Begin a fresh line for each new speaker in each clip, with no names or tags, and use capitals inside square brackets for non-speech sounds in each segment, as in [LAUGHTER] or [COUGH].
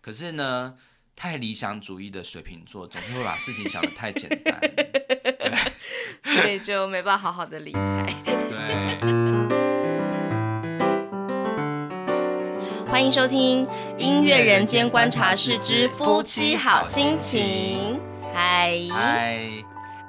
可是呢，太理想主义的水瓶座总是会把事情想得太简
[LAUGHS]
单。
所以就没办法好好的理财。
对，
[LAUGHS] 欢迎收听《音乐人间观察室之夫妻好心情》。嗨，
嗨，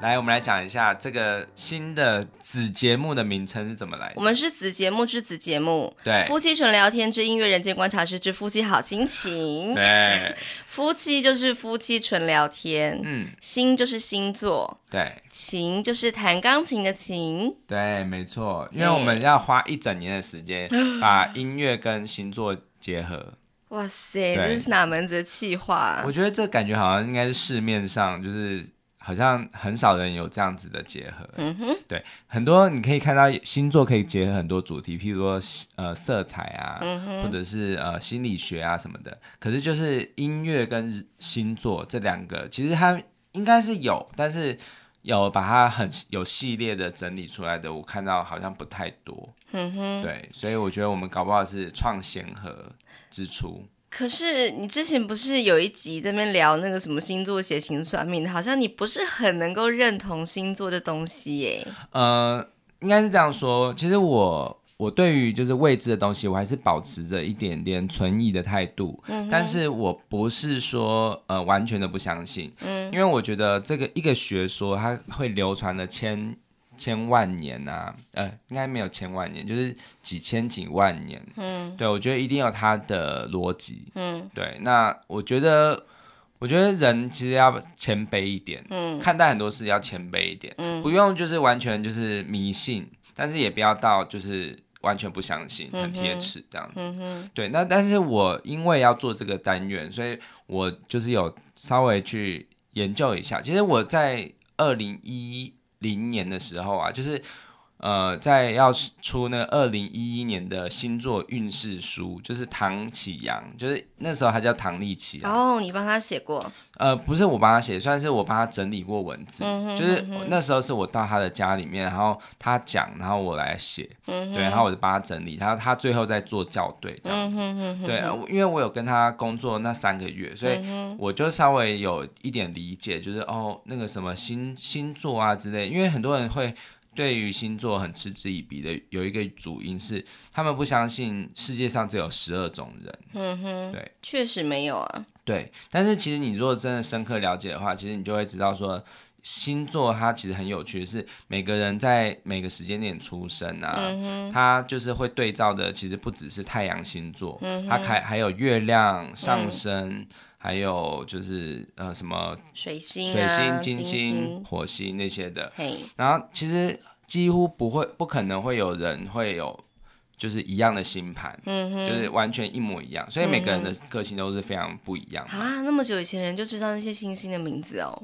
来，我们来讲一下这个新的子节目的名称是怎么来
我
的。
们是子节目之子节目，
对
夫妻纯聊天之音乐人间观察室之夫妻好心情。
对，
夫妻就是夫妻纯聊天，
嗯，
心就是星座，
对
琴就是弹钢琴的琴。
对，没错，因为我们要花一整年的时间把音乐跟星座结合。
哇塞，
对
这是哪门子的气话、啊
我觉得这感觉好像应该是市面上就是好像很少人有这样子的结合。
嗯哼，
对，很多你可以看到星座可以结合很多主题，譬如说呃色彩啊，
嗯哼
或者是呃心理学啊什么的。可是就是音乐跟星座这两个，其实它应该是有，但是有把它很有系列的整理出来的，我看到好像不太多。
嗯哼。
对，所以我觉得我们搞不好是创贤合之初。
可是你之前不是有一集在那边聊那个什么星座写情算命的，好像你不是很能够认同星座这东西耶。
呃，应该是这样说。其实我我对于就是未知的东西，我还是保持着一点点存疑的态度。
嗯
但是我不是说呃完全的不相信，
嗯
因为我觉得这个一个学说，它会流传了千千万年啊，呃，应该没有千万年，就是几千几万年。
嗯
对，我觉得一定有它的逻辑。
嗯
对，那我觉得，我觉得人其实要谦卑一点。
嗯
看待很多事要谦卑一点，
嗯
不用就是完全就是迷信，但是也不要到就是完全不相信，很铁齿这样子。
嗯哼
对，那但是我因为要做这个单元，所以我就是有稍微去研究一下。其实我在二零一零年的时候啊，就是呃，在要出那二零一一年的星座运势书，就是唐启阳，就是那时候还叫唐立奇、啊，
然后哦你帮他写过，
呃，不是我帮他写，算是我帮他整理过文字。
嗯哼
就是
嗯哼
那时候是我到他的家里面，然后他讲，然后我来写，
嗯哼
对，然后我就帮他整理，然后他最后再做校对这样
嗯
子。
哼嗯哼嗯
对，然后因为我有跟他工作那三个月，所以我就稍微有一点理解，就是哦，那个什么星星座啊之类，因为很多人会对于星座很嗤之以鼻的，有一个主因是他们不相信世界上只有十二种人。
嗯哼，
对，
确实没有啊。
对，但是其实你如果真的深刻了解的话，其实你就会知道说，星座它其实很有趣，是每个人在每个时间点出生啊，
嗯
它就是会对照的，其实不只是太阳星座，
嗯
它还还有月亮、上升，还有就是呃什么
水星、
水
啊、
星、
金
金星、火星那些的，
嘿，
然后其实几乎不会不可能会有人会有就是一样的星盘。
嗯哼，
就是完全一模一样，所以每个人的个性都是非常不一样的。
啊，那么久以前人就知道那些星星的名字哦，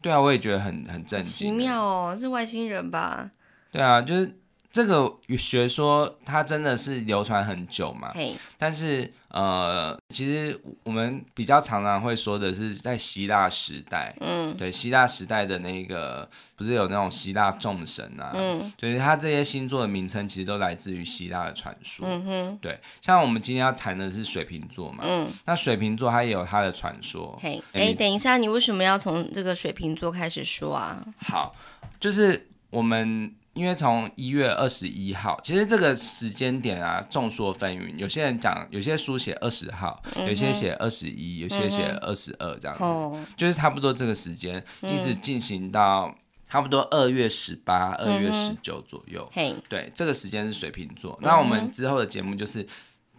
对啊，我也觉得很很震惊。
奇妙。哦，是外星人吧？
对啊，就是这个学说，它真的是流传很久嘛。
嘿，
但是呃，其实我们比较常常会说的是，在希腊时代，
嗯
对希腊时代的那个，不是有那种希腊众神啊，
嗯
就是它这些星座的名称其实都来自于希腊的传说。
嗯哼，
对，像我们今天要谈的是水瓶座嘛，
嗯。
那水瓶座它也有它的传说。
嘿，
哎
哎，
你
等一下，你为什么要从这个水瓶座开始说啊？
好，就是我们因为从一月二十一号，其实这个时间点啊，众说纷纭。有些人讲，有些书写二十号，有些写二十一，有些写二十二，这样子，
哦，
就是差不多这个时间，一直进行到差不多二月十八、二月十九左右。
嘿，
对，这个时间是水瓶座。那我们之后的节目就是。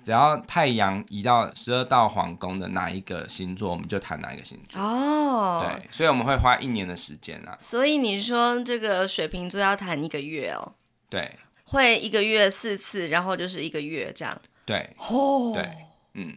只要太阳移到十二道皇宫的哪一个星座，我们就谈哪一个星座。
哦，
对，所以我们会花一年的时间啊。
所以你说这个水瓶座要谈一个月哦，
对，
会一个月四次，然后就是一个月这样。
对
哦，
对，嗯，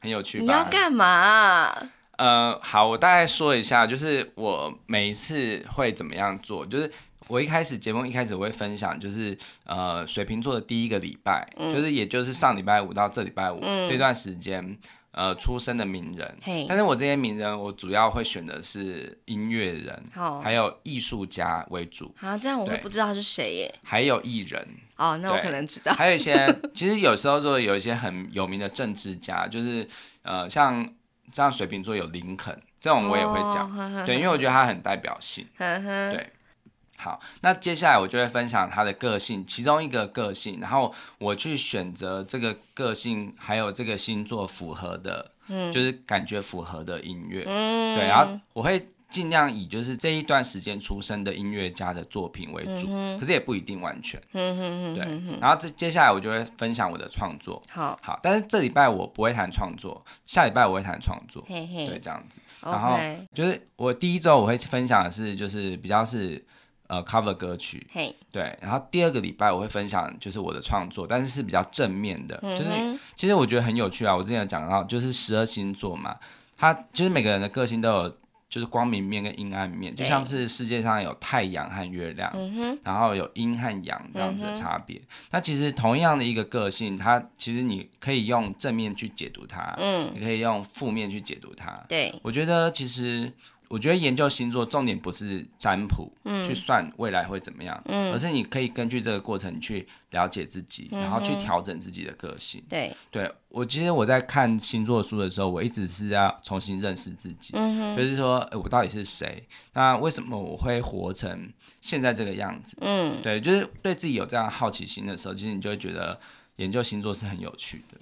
很有趣吧？
你要干嘛啊？
呃，好，我大概说一下，就是我每一次会怎么样做，就是。我一开始节目一开始我会分享，就是
嗯
呃水瓶座的第一个礼拜，就是也就是上礼拜五到这礼拜五、这段时间，呃出身的名人，
嘿
但，是我这些名人，我主要会选的是音乐人，
好
还有艺术家为主，
啊，这样我会
对
不知道他是谁耶。
还有艺人，
哦，那我
对
可能知道。
还有一些，其实有时候就有一些很有名的政治家，就是呃，像像水瓶座有林肯这种，我也会讲，
讲
对，因为我觉得他很代表性。
哦呵呵，
对好，那接下来我就会分享他的个性，其中一个个性，然后我去选择这个个性还有这个星座符合的，
嗯
就是感觉符合的音乐，
嗯，
对，然后我会尽量以就是这一段时间出生的音乐家的作品为主，
嗯哼
可是也不一定完全。
嗯哼
对
哼哼哼，
然后这接下来我就会分享我的创作。
好，
好，但是这礼拜我不会谈创作，下礼拜我会谈创作，
嘿
对，
嘿
这样子。然后
，OK，
就是我第一周我会分享的是就是比较是呃 cover 歌曲，
嘿，
对，然后第二个礼拜我会分享就是我的创作，但是是比较正面的，
嗯
就是啊
哼，
其实我觉得很有趣啊。我之前有讲到，就是十二星座嘛，它就是每个人的个性都有，就是光明面跟阴暗面，就
对
像是世界上有太阳和月亮，
嗯哼，
然后有阴和阳这样子的
嗯哼
差别。那其实同样的一个个性，它其实你可以用正面去解读它，
嗯，
你可以用负面去解读它。
对，
我觉得其实，我觉得研究星座重点不是占卜，
嗯
去算未来会怎么样，而
嗯，
是你可以根据这个过程去了解自己，然后去
嗯哼
调整自己的个性。
对，
对我其实我在看星座书的时候，我一直是要重新认识自己，
嗯哼，
就是说、诶我到底是谁？那为什么我会活成现在这个样子？
嗯，
对，就是对自己有这样好奇心的时候，其实你就会觉得研究星座是很有趣的。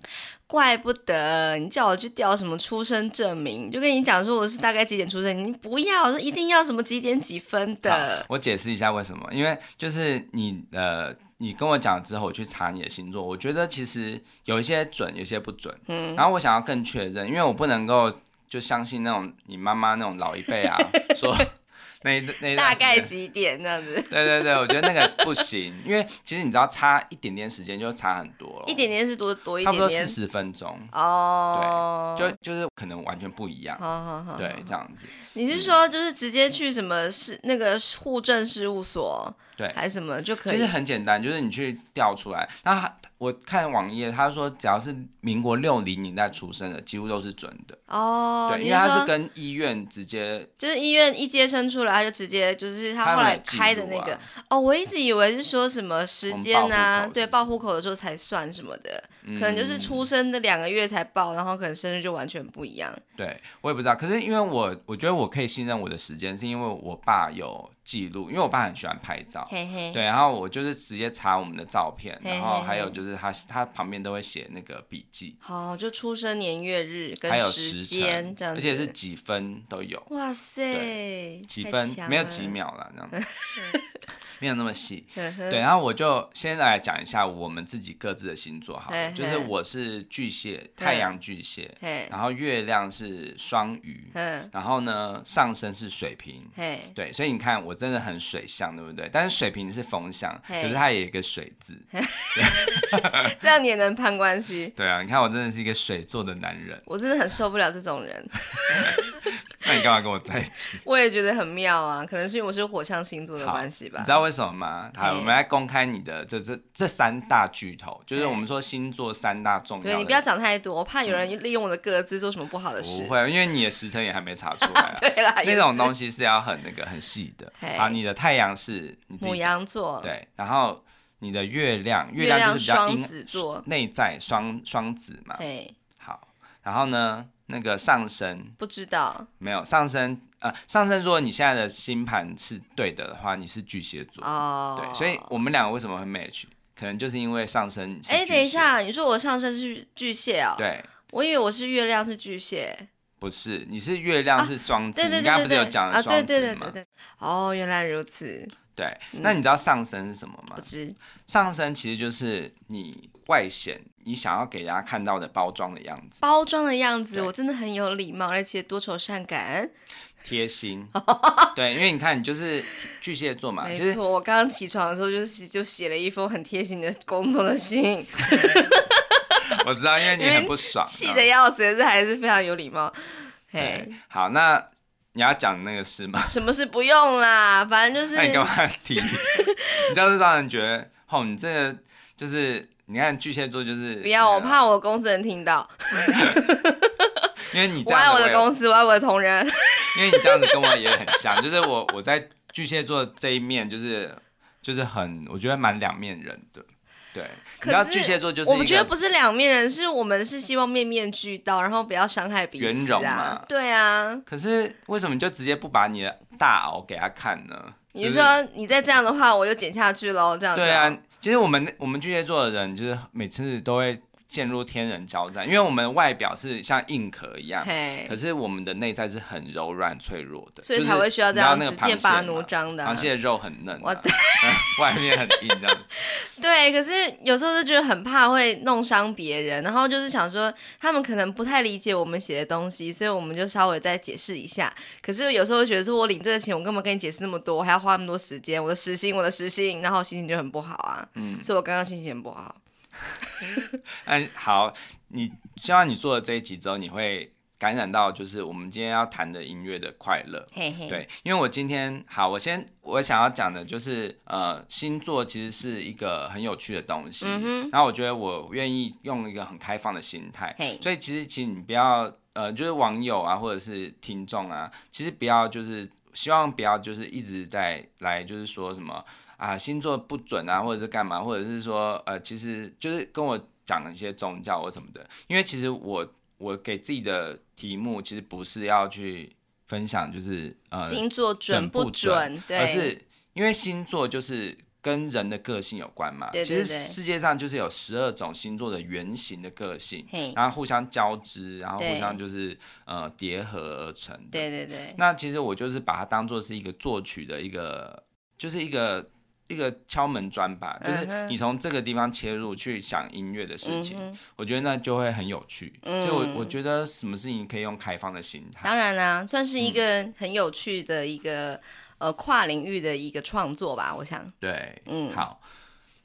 怪不得你叫我去调什么出生证明，就跟你讲说我是大概几点出生，你不要，我说一定要什么几点几分
好
的，
我解释一下为什么，因为就是你呃，你跟我讲之后，我去查你的星座，我觉得其实有一些准，有一些不准。
嗯，
然后我想要更确认，因为我不能够就相信那种你妈妈那种老一辈
[LAUGHS]
啊说那一那一段
大
时间
概几点那样 [LAUGHS] 子，
对对对，我觉得那个不行，因为其实你知道差一点点时间就差很多了，
一点点是多多一
差不
点
多四
点，
十分钟，
哦，
就就是可能完全不一样，
好好好，
对，这样子，
你是说就是直接去什么是那个户政事务所
对。
还是什么就可
其实
以？
很简单，就是你去调出来。那他我看网页，他说只要是民国六零年代出生的，几乎都是准的。
哦，
对，
你
因为他是
说
跟医院直接
就是医院一接生出来，他就直接就是他
有
后来
记
开的
录
那个
啊。
哦，我一直以为是说什么时间
我们报户口
啊，对，
是不是
报户口的时候才算什么的，
嗯
可能就是出生的两个月才报，然后可能生日就完全不一样。
对，我也不知道。可是因为我，我觉得我可以信任我的时间，是因为我爸有记录，因为我爸很喜欢拍照。
嘿嘿，
对，然后我就是直接查我们的照片，
嘿嘿
然后还有就是他他旁边都会写那个笔记，
好，就出生年月日跟
还有辰
时间这样
而
子，
且是几分都有，
哇塞，
几
太
分
强
没有
了
几，秒啦，
[LAUGHS]
这样没有那么细。
呵呵
对，，啊然后我就先来讲一下我们自己各自的星座好了，
嘿
就是
嘿
我是巨蟹，太阳巨蟹，
嘿，
然后月亮是双鱼，
嗯，
然后呢上升是水瓶， [LAUGHS]
嘿，
对，所以你看我真的很水象，对不对？但是水瓶是风象，
嘿
可是它也有一个水字，
这样你也能攀关系？
对啊，你看我真的是一个水做的男人，
我真的很受不了这
[LAUGHS]
种人，
那你干嘛跟我在一起？
我也觉得很妙啊，可能是因为我是火象星座的
好
关系吧
你知。道为什么吗？好，
嘿
我们来公开你的这这这三大巨头，就是
嘿
我们说星座三大重要
对
的。嗯
你不要讲太多，我怕有人利用我的个资做什么不好的事。
不。会，因为你的时辰也还没查出来啊
[LAUGHS] 对啦，
那种
西，
东西是要很那个很细的
嘿。
好，你的太阳是你自
母
己讲
羊座，，
对，然后你的月亮，
月
亮就是比较
双
阴
子座，
内在双双子嘛。
哎，
好，然后呢，那个上升
不知道
没有上升呃上升，如果你现在的星盘是对的的话，你是巨蟹座。
哦。
对，所以我们两个为什么会 match？可能就是因为上升。
哎，等一，下，你说我上升是巨蟹哦？，
对。
我以为我是月亮是巨蟹。
不是，你是月亮是双子，
对
你刚
对对
刚不是有
对对，
讲
啊，
了双
对
子
对对
吗
对？对。哦，原来如此，
对，
嗯
那你知道上升是什么吗
不？知
上升其实就是你外显，你想要给大家看到的包装的样子，
包装的样子，
对
我真的很有礼貌，而且多愁善感。
贴
[LAUGHS]
心。对，因为你看，你就是巨蟹座嘛，就
没
是
错，我刚刚起床的时候就是就写了一封很贴心的工作的信，
我知道，因为你
因为
很不爽。啊
气得要死，但是还是非常有礼貌。嘿
嗯对，，好，那你要讲那个事吗？
什么事不用啦，反正就是
那你干嘛提？ [LAUGHS] 你知道，让人觉得，哦，你这个就是，你看巨蟹座就是
不要，我
嗯
怕我公司人听到。
因为你这
我爱
样
我
子
的
我也
公司，我爱我的同仁。
因为你这样子跟我也很像，就是我我在巨蟹座这一面就是就是很我觉得蛮两面人的，对，你
可
知道
是
巨蟹座就是
我
一
们觉得
个
不是两面人，是我们是希望面面俱到，然后不要伤害彼此、啊。
圆融嘛
对啊，
可是为什么你就直接不把你的大螯给他看呢？
你
就是
说你再这样的话，我就减下去喽，这样子。
对啊，，其实我们我们巨蟹座的人就是每次都会陷入天人交战，因为我们外表是像硬壳一样，
嘿
可，是我们的内在是很柔软脆弱的，
所以
就是
才会需要这样
你知道
子
那个
剑
螃蟹
拔
嘛
弩张的啊、
螃蟹肉很嫩、 [LAUGHS]
我
啊，外面很硬这样子。 [LAUGHS]
对，可是有时候就觉得很怕会弄伤别人，然后就是想说他们可能不太理解我们写的东西，所以我们就稍微再解释一下。可是有时候会觉得说我领这个钱，我根本跟你解释那么多，我还要花那么多时间，我的时薪，我的时薪，然后心情就很不好啊。
嗯
所以我刚刚心情很不好。
嗯，好，你希望你做了这一集之后，你会感染到就是我们今天要谈的音乐的快乐。
嘿嘿，
对，因为我今天好，我先我想要讲的就是，呃，星座其实是一个很有趣的东西。
嗯哼
然后我觉得我愿意用一个很开放的心态
嘿，
所以其实其实你不要呃，就是网友啊或者是听众啊，其实不要就是希望不要就是一直在来就是说什么啊星座不准啊，或者是干嘛，或者是说呃，其实就是跟我讲一些宗教或什么的，因为其实我我给自己的题目其实不是要去分享就是呃
星座准
准
不
不准
对，
而是因为星座就是跟人的个性有关嘛。
对对对
其实世界上就是有十二种星座的原型的个性，
嘿，
然后互相交织，然后
对
互相就是呃叠合而成的。
对对对，
那其实我就是把它当做是一个作曲的一个，就是一个一个敲门砖吧，就
嗯
是
哼
你从这个地方切入去想音乐的事
嗯
情，啊
哼，
我觉得那就会很有趣。
嗯
所以我我觉得什么事情可以用开放的心态。
当然啦、算是一
嗯
个很有趣的一个、呃跨领域的一个创作吧，我想，
对，
嗯，
好，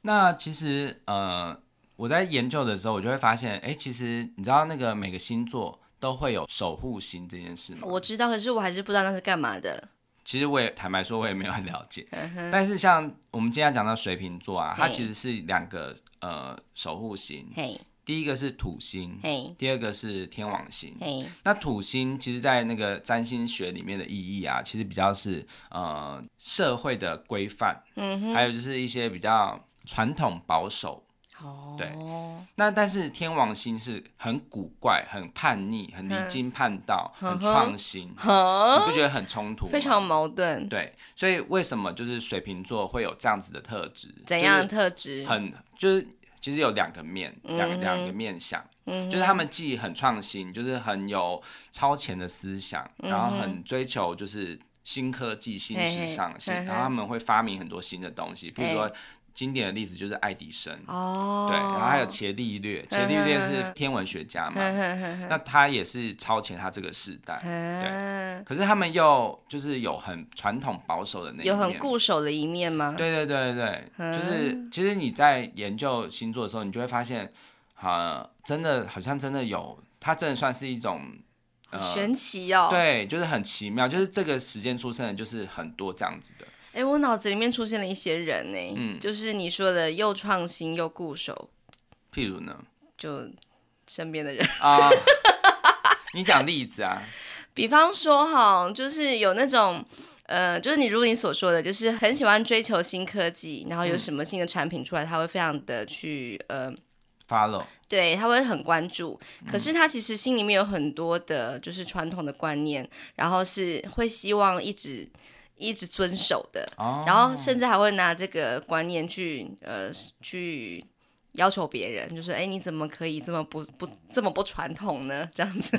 那其实呃，我在研究的时候，我就会发现，哎、其实你知道那个每个星座都会有守护星这件事吗？
我知道，可是我还是不知道那是干嘛的。
其实我也坦白说，我也没有很了解。 [LAUGHS] 但是像我们今天要讲到水瓶座啊，它
嗯嘿
其实是两个呃守护星，
嘿，
第一个是土星，
嘿，
第二个是天王星。
嘿，
那土星其实，在那个占星学里面的意义啊，其实比较是呃社会的规范，
嗯哼，
还有就是一些比较传统保守
哦，
对那但是天王星是很古怪、很叛逆、很离经叛道、
嗯
很创新，
哈
你不觉得很冲突吗？
哦非常矛盾，
对，所以为什么就是水瓶座会有这样子的特质？
怎样的
就
特
是
质？
很就是其实有两个面，两个
嗯哼
两个面相，
嗯
就是他们既很创新，就是很有超前的思想，然后很追求就是新科技、新时尚性，
嗯嘿嘿嗯
然后他们会发明很多新的东西，比如说
嘿
经典的例子就是爱迪生，
哦，嗯
对，然后还有伽利略，伽利略是天文学家嘛，
哼嗯
那他也是超前他这个时代，
哼，
可是他们又就是有很传统保守的那一面，
有很固守的一面吗？
对对对对对，就是其实你在研究星座的时候，你就会发现，啊，真的好像真的有，它真的算是一种，
好玄奇哦。，
呃对，就是很奇妙，就是这个时间出生的，就是很多这样子的，
哎，我脑子里面出现了一些人呢，
嗯
就是你说的又创新又固守，
譬如呢，
就身边的人。
啊， [LAUGHS] 你讲例子啊，
比方说哈，就是有那种。呃，就是你如你所说的，就是很喜欢追求新科技，然后有什么新的产品出来，他会非常的去呃
follow，
对，他会很关注，可是他其实心里面有很多的，就是传统的观念，然后是会希望一直一直遵守的，
哦，
然后甚至还会拿这个观念去呃去要求别人，就是哎，你怎么可以这么不不这么不传统呢？这样子，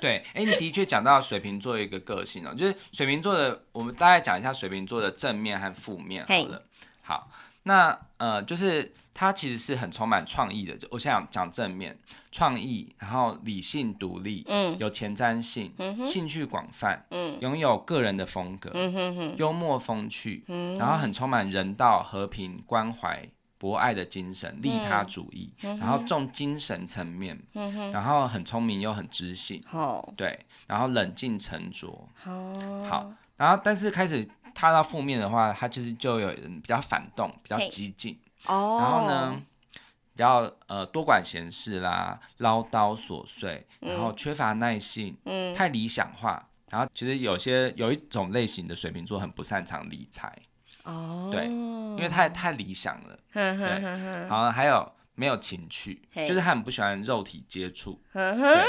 对，哎、你的确讲到水瓶座有一个个性哦、就是水瓶座的，我们大概讲一下水瓶座的正面和负面好
嘿
了。好，那呃，就是它其实是很充满创意的。就我想讲正面，创意，然后理性独立，
嗯
有前瞻性，
嗯哼
兴趣广泛，
嗯
拥有个人的风格，
[LAUGHS] 嗯哼哼，
幽默风趣，
嗯
然后很充满人道、和平、关怀、博爱的精神，利他主义，然后重精神层面，
嗯哼，
然后很聪明又很知性。
好，
对，然后冷静沉着，
好，
好，然后但是开始踏到负面的话，他就是就有比较反动，比较
嘿
激进，
哦，
然后呢，要呃多管闲事啦，唠叨琐碎，
嗯
然后缺乏耐性，
嗯，
太理想化。然后其实有些有一种类型的水瓶座很不擅长理财，
哦，
对因为太太理想了。
哼哼哼哼
好，还有没有情趣，
嗯嘿
就是他们不喜欢肉体接触，
哼
对
哼，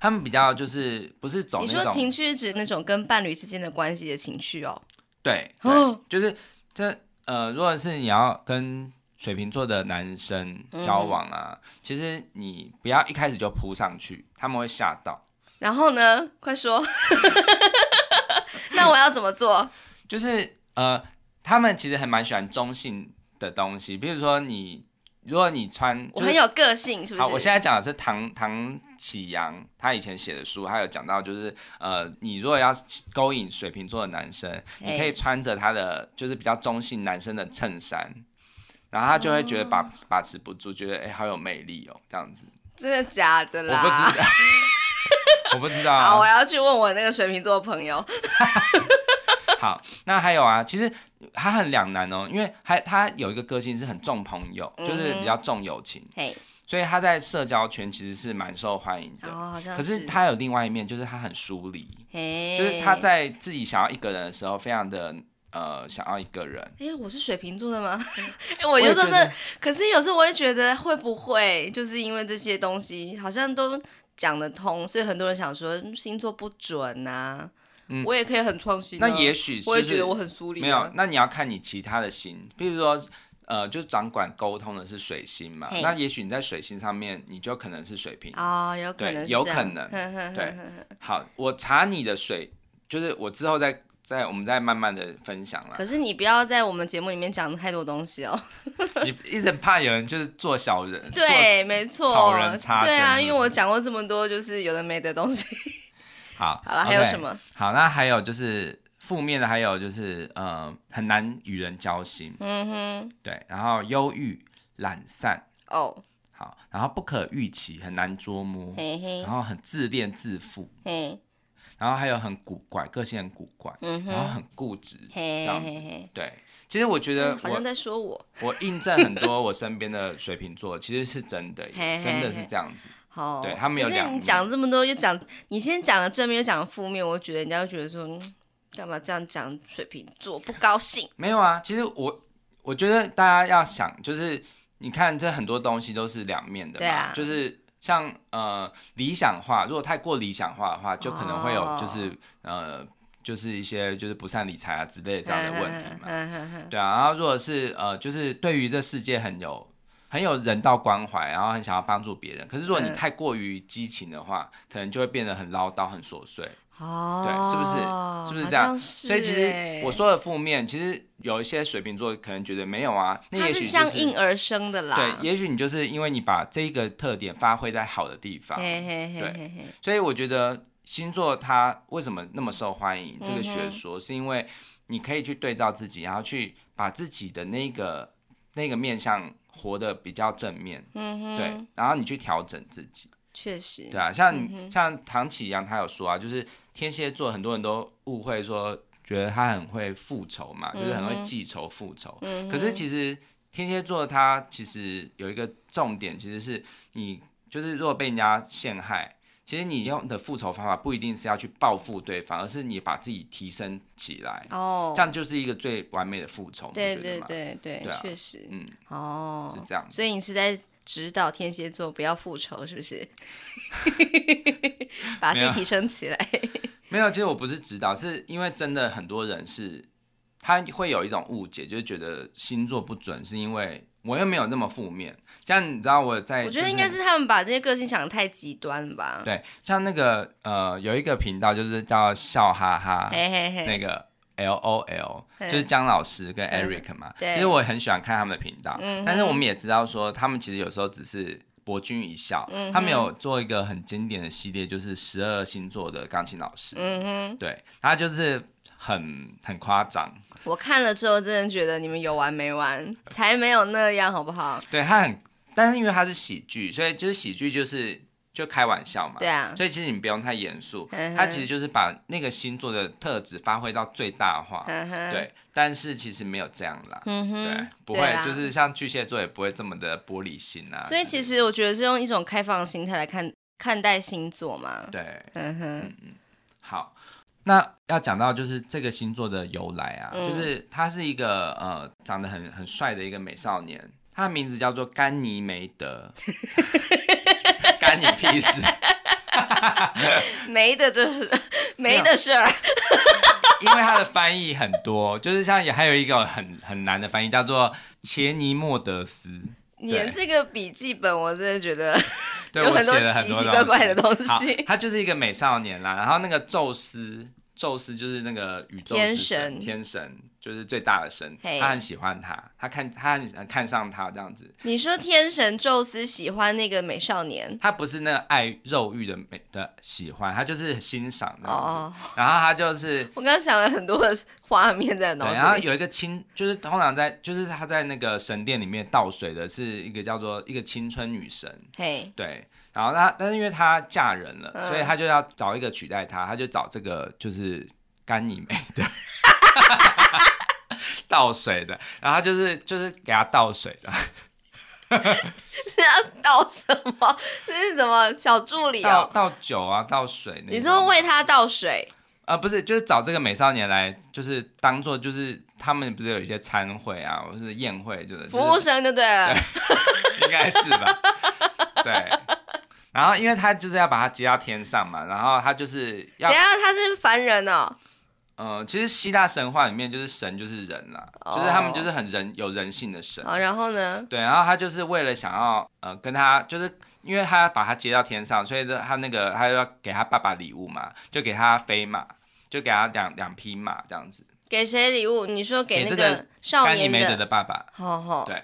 他们比较就是不是走
你
那
说
种
情趣是指那种跟伴侣之间的关系的情趣哦？
对，
哦
对就是这呃，如果是你要跟水瓶座的男生
嗯
交往啊，其实你不要一开始就扑上去，他们会吓到。
然后呢，
[LAUGHS]
快说，那我要怎么做？
就是呃，他们其实还蛮喜欢中性的东西，比如说你，如果你穿，
我
就是、
很有个性，是不
好，
是？
我现在讲的是唐唐启阳他以前写的书，他有讲到就是呃，你如果要勾引水瓶座的男生，你可以穿着他的就是比较中性男生的衬衫，然后他就会觉得把、
哦
把持不住，觉得哎、好有魅力哦，这样子。
真的假的
我
啦？
不知道， [LAUGHS] 我不知道
好，我
啊。
要去问我那个水瓶座的朋友。
好，那还有啊，其实他很两难哦，因为还他有一个个性是很重朋友，就是
嗯哼
比较重友情，
嘿，
所以他在社交圈其实是蛮受欢迎的。
哦，好像
可是，他有另外一面，就是他很疏离，
嘿，
就是他，在自己想要一个人的时候，非常的呃想要一个人。
哎，我是水瓶座的吗？
嗯
[LAUGHS] 哎，我
也
有时
觉
候真的
得，
可是有时候我会觉得会不会就是因为这些东西好像都讲得通，所以很多人想说嗯星座不准呐、
嗯
我也可以很创新啊、
那也许
我也
就
觉
是
得我很疏离、啊，
没有，那你要看你其他的星，比如说。呃，就掌管沟通的是水星嘛
嘿，
那也许你在水星上面，你就可能是水瓶。
哦，有可
对
能是这
有
样，
可能
哼 [LAUGHS] 哼哼
对
哼哼
好，我查你的水，就是我之后再再我们再慢慢的分享啦
[LAUGHS] 可。是你不要在我们节目里面讲太多
[LAUGHS]
东西哦。
你一直很怕有人就是做小人，做，
对，没错，
草人插针
对啊，
是不是
因为我讲过这么多，就是有的没的东西。 [LAUGHS]
好，
好了，还有
OK
什？么？
好，那还有就是负面的，还有就是呃很难与人交心，
嗯哼，
对，然后忧郁、懒散，
哦，
好，然后不可预期，很难捉摸，
嘿嘿
然后很自恋自负，
嘿，
然后还有很古怪，个性很古怪，
嗯
然后
哼，
很固执，这
嘿
样
嘿
子
嘿嘿，
对。其实我觉得
嗯好
呃我
像在说我。
我印证很多我身边的水瓶座，其实是真的
嘿嘿，
真的是这样子。
好，
对他们有
可是
两
你
面
讲这么多，又讲你先讲了正面，又讲了负面，我觉得人家会觉得说，嗯干嘛这样讲水瓶座不高兴？
没有啊，其实我我觉得大家要想，就是你看这很多东西都是两面的嘛，
对啊
就是像呃理想化，如果太过理想化的话，就可能会有就是、
哦
呃就是一些就是不善理财啊之类的这样的问题嘛。
嗯哼哼，
对啊，然后如果是呃，就是对于这世界很有很有人道关怀，然后很想要帮助别人，可是如果你
嗯
太过于激情的话，可能就会变得很唠叨、很琐碎。
哦，
对是不是是不是
好
这样
像是欸？
所以其实我说的负面，其实有一些水瓶座可能觉得没有啊，那
它
也
是
许
相
就是
应而生的啦。
对，也许你就是因为你把这个特点发挥在好的地方，
嘿嘿嘿
对
嘿嘿，
所以我觉得星座它为什么那么受欢迎？这
嗯哼
个学说、是因为你可以去对照自己，然后去把自己的那个那个面向活得比较正面，
嗯哼，
对，，然后你去调整自己，
确实，
对啊，像、
嗯哼
像唐启阳他有说啊，就是天蝎座很多人都误会说觉得他很会复仇嘛，就是很
嗯
会
哼
记仇复仇，
嗯哼，
可是其实天蝎座它其实有一个重点，其实是你就是如果被人家陷害，其实你用的复仇方法不一定是要去报复对方，而是你把自己提升起来，
哦，
这样就是一个最完美的复仇，你觉
对
得
对
吗？
对对，
对啊
确实，
嗯，
哦，
是这样
所以你是在指导天蝎座不要复仇，是不是？把
没
自己
有
提升起来。
没有，其实我不是指导，是因为真的很多人是他会有一种误解，就是觉得星座不准，是因为我又没有那么负面。像你知道我在，
我觉得应该是他们把这些个性想得太极端了吧。
对，像那个呃有一个频道就是叫笑哈哈，
嘿嘿嘿，
啊那个 L O L，
嗯
就是姜老师跟 Eric 嘛。
哎对
其实我很喜欢看他们的频道
嗯哼，
但是我们也知道说，他们其实有时候只是博君一笑
嗯哼。
他们有做一个很经典的系列，就是十二星座的钢琴老师。
嗯
对，他就是很很夸张，
哼，我看了之后真的觉得你们有
[LAUGHS]
完没完，才没有那样，好不好？
对他很，但是因为他是喜剧，所以就是喜剧就是就开玩笑嘛。
对啊，
所以其实你不用太严肃，
嗯哼
它其实就是把那个星座的特质发挥到最大化。
嗯哼，，
对，但是其实没有这样啦。
嗯哼，
对，不
对
会
啊，
就是像巨蟹座也不会这么的玻璃心啊。
所以其实我觉得是用一种开放的心态来看看待星座嘛。
对，
嗯哼，
好，那要讲到就是这个星座的由来啊，
嗯
就是他是一个呃长得很很帅的一个美少年，他的名字叫做甘尼梅德， [LAUGHS] 干你屁事！
没的，这是 [LAUGHS]
没
没
有
的事儿。
因为他的翻译很多，就是像也还有一个很很难的翻译叫做切尼莫德斯，
你的这个笔记本，我真的觉得 [LAUGHS]
对
有
我
很多
写了很
奇
多
奇
东
怪
西
怪的东
好
西。
他就是一个美少年啦。然后那个宙斯，宙斯就是那个宇宙之
天
神，
神
天神就是最大的神，
嘿
他很喜欢他，他看他很看上他这样子。
你说天神宙斯喜欢那个美少年
他不是那个爱肉欲的美的喜欢，他就是欣赏这
哦
样子。
哦，
然后他就是
我刚刚想了很多的画面在
对，然
脑
后
子里。
有一个清，就是通常在就是他在那个神殿里面倒水的是一个叫做一个青春女神，
嘿，
对，然后她，但是因为她嫁人了，
嗯
所以她就要找一个取代她，她就找这个就是干你妹的 [LAUGHS] 倒水的，然后她就是就是给她倒水的，
是要倒什么？这是什么小助理
倒
哦？
倒酒啊，倒水那种。
你说为他倒水？
啊、不是，就是找这个美少年来，就是当做就是他们不是有一些餐会啊，或是宴会，就是
服务
就是
生就对了。
应该是吧？ [LAUGHS] 对。然后，因为他就是要把他接到天上嘛，然后他就是要
等一下他是凡人哦，
呃，其实希腊神话里面就是神就是人啦、
哦
就是他们就是很人有人性的神。
好，然后呢？
对，然后他就是为了想要呃跟他，就是因为他把他接到天上，所以就他那个他就要给他爸爸礼物嘛，就给他飞马，就给他两两匹马这样子，
给谁礼物？你说给
给
那
这
个
个
少
甘尼
年
梅德
的？
的爸爸。
好好，
对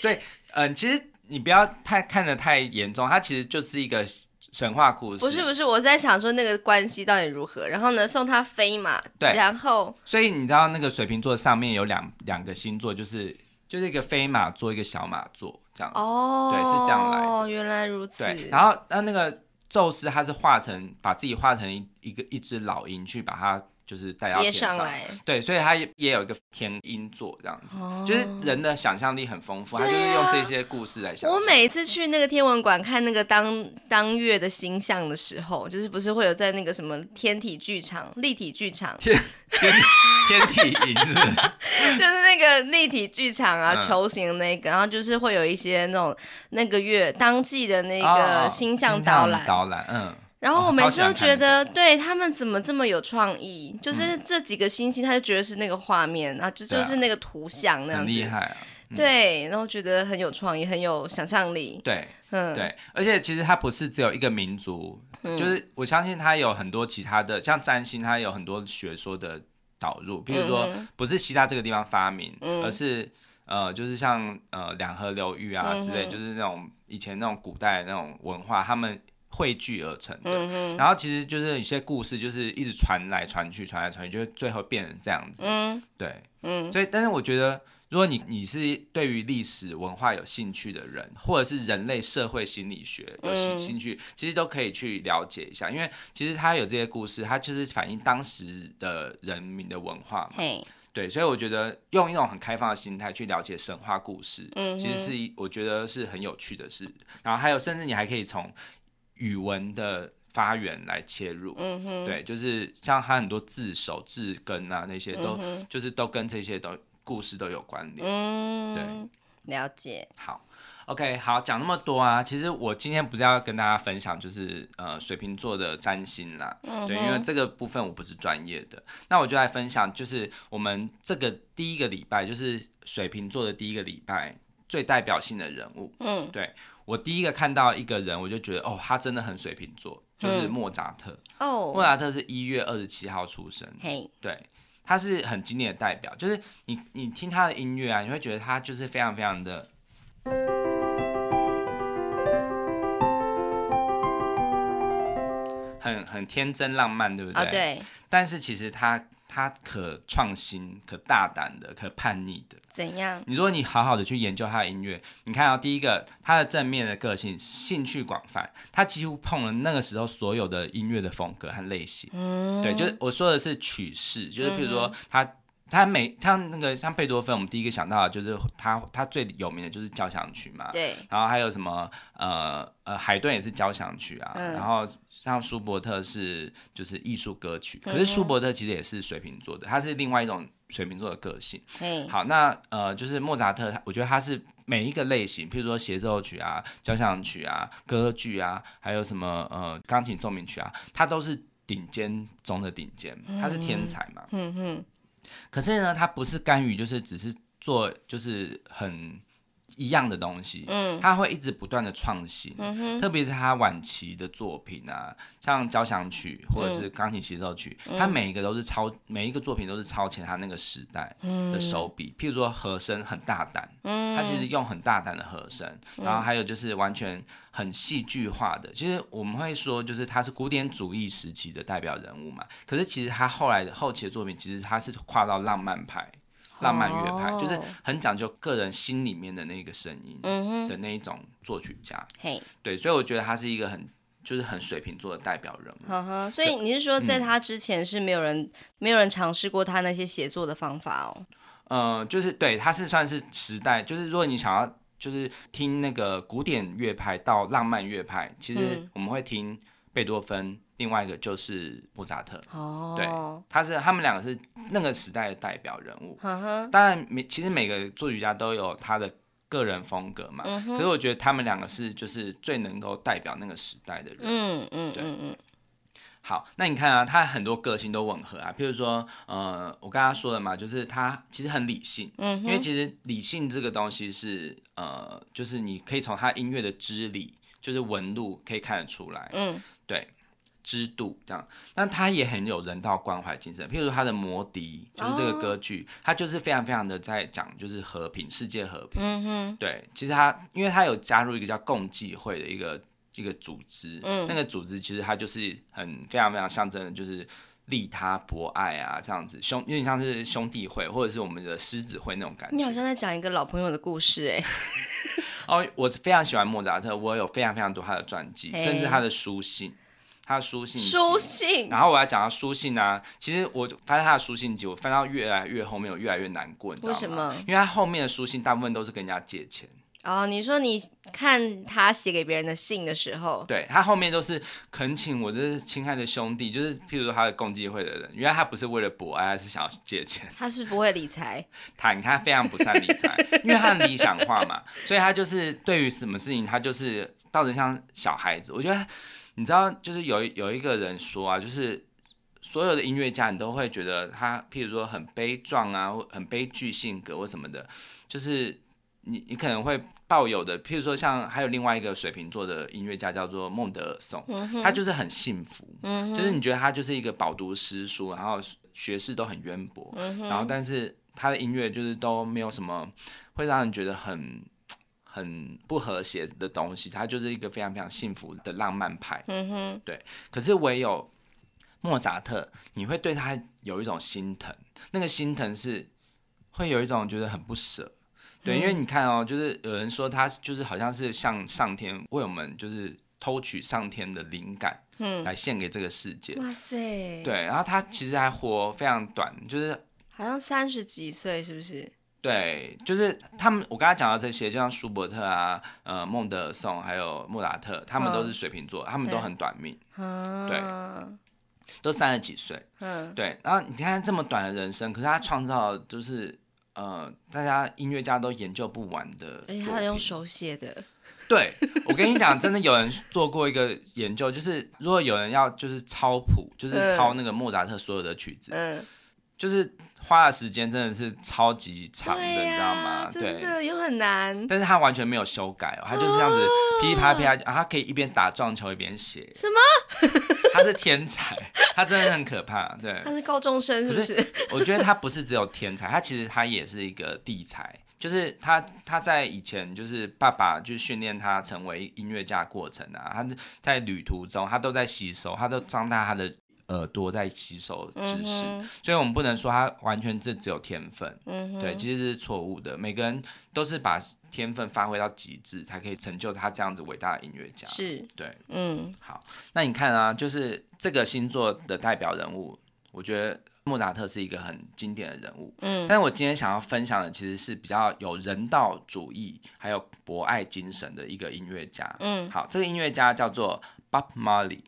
所以嗯、呃其实你不要太看得太严重，它其实就是一个神话故事。
不是不是，我是在想说那个关系到底如何。然后呢，送他飞马，
对
然后
所以你知道那个水瓶座上面有两两个星座，就是就是一个飞马座，一个小马座这样子。
哦，
对是这样来的
哦，原来如此。
对，然后那那个宙斯他是化成把自己化成一一个一只老鹰去把它就是带到
接
天上，
上来，
对，所以他也也有一个天鹰座这样子，
哦
就是人的想象力很丰富，他
对啊
就是用这些故事来想象。
我每次去那个天文馆看那个当当月的星象的时候，就是不是会有在那个什么天体剧场、立体剧场，
天 [LAUGHS] 天天体鹰是
[LAUGHS]
不是
就是那个立体剧场啊，
嗯
球形的那个，然后就是会有一些那种那个月当季的那
哦
个星象导
导
览。
导览，嗯，
然后
哦
我每
超
次
喜
都
欢看那
觉
嗯
得，对他们怎么这么有创意？就是这几个星星，他就觉得是那个画面，然后就
对
就
啊
是那个图像那样
很厉
子。
害啊。嗯
对，然后觉得很有创意，很有想象力。
对
嗯，
对，而且其实它不是只有一个民族，就是我相信它有很多其他的，像占星，它有很多学说的导入，比如说
嗯哼
不是希腊这个地方发明，
嗯
而是呃，就是像呃两河流域啊之类，
嗯哼
就是那种以前那种古代的那种文化，他们汇聚而成的。
嗯哼，
然后其实就是有些故事，就是一直传来传去，传来传去，就最后变成这样子。
嗯
对，
嗯，
所以但是我觉得，如果你你是对于历史文化有兴趣的人，或者是人类社会心理学有兴
嗯
兴趣，其实都可以去了解一下，因为其实它有这些故事，它就是反映当时的人民的文化嘛。
嘿，
对，所以我觉得用一种很开放的心态去了解神话故事，
嗯哼
其实是一我觉得是很有趣的事。然后还有，甚至你还可以从语文的发源来切入，
嗯哼，
对，就是像它很多字首、字根啊那些都、
嗯哼，
就是都跟这些都故事都有关联。
嗯，对，了解。
好，OK，好，讲那么多啊，其实我今天不是要跟大家分享就是呃水瓶座的占星啦，
嗯
对，因为
哼
这个部分我不是专业的，那我就来分享就是我们这个第一个礼拜就是水瓶座的第一个礼拜最代表性的人物。
嗯，
我第一个看到一个人，我就觉得哦，他真的很水瓶座，就是
嗯
莫扎特。莫
哦，
扎特是一月二十七号出生，
嘿，
对，他是很经典的代表，就是你你听他的音乐啊，你会觉得他就是非常非常的。很很天真浪漫，对不对？
啊，对，
但是其实他它可创新、可大胆的、可叛逆的。
怎样？
你说你好好的去研究他的音乐，你看到、啊第一个，他的正面的个性，兴趣广泛，他几乎碰了那个时候所有的音乐的风格和类型。
嗯，
对，就是我说的是曲式，就是譬如说他、他每像那个像贝多芬，我们第一个想到的就是他他最有名的就是交响曲嘛。
对，
然后还有什么呃呃，海顿也是交响曲啊，
嗯
然后像舒伯特是就是艺术歌曲，
嗯
可是舒伯特其实也是水瓶座的，他是另外一种水瓶座的个性。
嘿，
好，那呃，就是莫扎特，他我觉得他是每一个类型，譬如说协奏曲啊、交响曲啊、歌剧啊，还有什么呃钢琴奏鸣曲啊，他都是顶尖中的顶尖，他是天才嘛。
嗯哼，
可是呢，他不是甘于就是只是做就是很一样的东西，
嗯
他会一直不断的创新。
嗯哼，
特别是他晚期的作品啊，像交响曲或者是
嗯
钢琴协奏曲，他每一个都是超每一个作品都是超前他那个时代的手笔。譬如说和声很大胆，
嗯
他其实用很大胆的和声，然后还有就是完全很戏剧化的。其实我们会说，就是他是古典主义时期的代表人物嘛。可是其实他后来的后期的作品，其实他是跨到浪漫派。浪漫乐派、就是
哦
很讲究个人心里面的那个声音
嗯哼，
的那一种作曲家，
嘿，
对，所以我觉得他是一个很就是很水瓶座的代表人物。
呵呵。所以你是说，在
嗯
他之前是没有人没有人尝试过他那些写作的方法哦？
嗯、就是对，他是算是时代，就是如果你想要就是听那个古典乐派到浪漫乐派，其实
嗯
我们会听贝多芬，另外一个就是莫扎特，对
哦，
他是他们两个是那个时代的代表人物。
呵呵，
当然，每其实每个作曲家都有他的个人风格嘛，
嗯
可
哼，
是我觉得他们两个是就是最能够代表那个时代的人。
嗯嗯
对
嗯嗯，
好，那你看啊，他很多个性都吻合啊。譬如说，呃，我刚刚说了嘛，就是他其实很理性，
嗯
因为其实理性这个东西是，呃，就是你可以从他音乐的支理，就是纹路可以看得出来，
嗯
对，支度这样。那他也很有人道关怀精神，譬如说他的《魔笛》，就是这个
哦
歌剧，他就是非常非常的在讲就是和平，世界和平。
嗯哼，
对，其实他因为他有加入一个叫共济会的一个一个组织，
嗯
那个组织其实它就是很非常非常象征的，就是利他博爱啊这样子，兄有点像是兄弟会或者是我们的狮子会那种感
你好
觉。
像在讲一个老朋友的
[LAUGHS]
故事哎。
哦，我非常喜欢莫扎特，我有非常非常多他的传记，
嘿
甚至他的书信，他的书信集啊
书信，
然后我要讲到书信啊，其实我发现他的书信集，我翻到越来越后面，我越来越难过，你知道吗？
为什么
因为他后面的书信大部分都是跟人家借钱。
哦，你说你看他写给别人的信的时候，
对他后面都是恳请我这亲爱的兄弟，就是譬如说他的共济会的人，原来他不是为了博爱，他是想要借钱。
他是不会理财，
他你看他非常不善理财，因为他很理想化嘛，所以他就是对于什么事情他就是到底像小孩子。我觉得他你知道，就是有一有一个人说啊，就是。所有的音乐家，你都会觉得他，譬如说很悲壮啊，或很悲剧性格或什么的，就是你你可能会抱有的，譬如说像还有另外一个水瓶座的音乐家叫做孟德尔颂，他就是很幸福，
[LAUGHS] 嗯
就是你觉得他就是一个饱读诗书，然后学识都很渊博，
嗯
然后但是他的音乐就是都没有什么会让人觉得很很不和谐的东西，他就是一个非常非常幸福的浪漫派。
嗯哼，
可是唯有莫扎特，你会对他有一种心疼，那个心疼是会有一种觉得很不舍。对，因为
嗯
你看哦，就是有人说他就是好像是向上天为我们就是偷取上天的灵感
嗯，
来献给这个世界。
哇塞，，
对，然后他其实还活非常短，就是
好像三十几岁是不是？
对，就是他们，我刚才讲到这些，就像舒伯特啊、呃孟德尔颂还有莫扎特，他们都是水瓶座，他们都
嗯对
很短命，
啊，
都三十几岁。
对，嗯
对，然后你看这么短的人生，可是他创造的就是呃，大家音乐家都研究不完的作
而
品。
且哎他用手写的，
对，我跟你讲，真的有人做过一个研究，就是如果有人要就是抄谱，就是
嗯
抄那个莫扎特所有的曲子，
嗯，
就是花的时间真的是超级长的，
对
你知道
呀，
吗？
真
对。
的又很难，
但是他完全没有修改哦，他就是这样子噼啪噼啪，啊他可以一边打撞球一边写。
什
么？ [LAUGHS] 他是天才，他真的很可怕。对
他，是高中生是不是？
我觉得他不是只有天才，他其实他也是一个地才。就是他，他在以前就是爸爸就训练他成为音乐家的过程啊，他在旅途中他都在吸收，他都张大他的耳朵在吸收知
嗯
识，
哼，
所以我们不能说他完全这只有天分。
嗯哼，
对，其实这是错误的。每个人都是把天分发挥到极致，才可以成就他这样子伟大的音乐家。
是，
对，
嗯
好，那你看啊，就是这个星座的代表人物，我觉得莫扎特是一个很经典的人物。
嗯，
但是我今天想要分享的其实是比较有人道主义还有博爱精神的一个音乐家。
嗯
好，这个音乐家叫做 Bob Marley，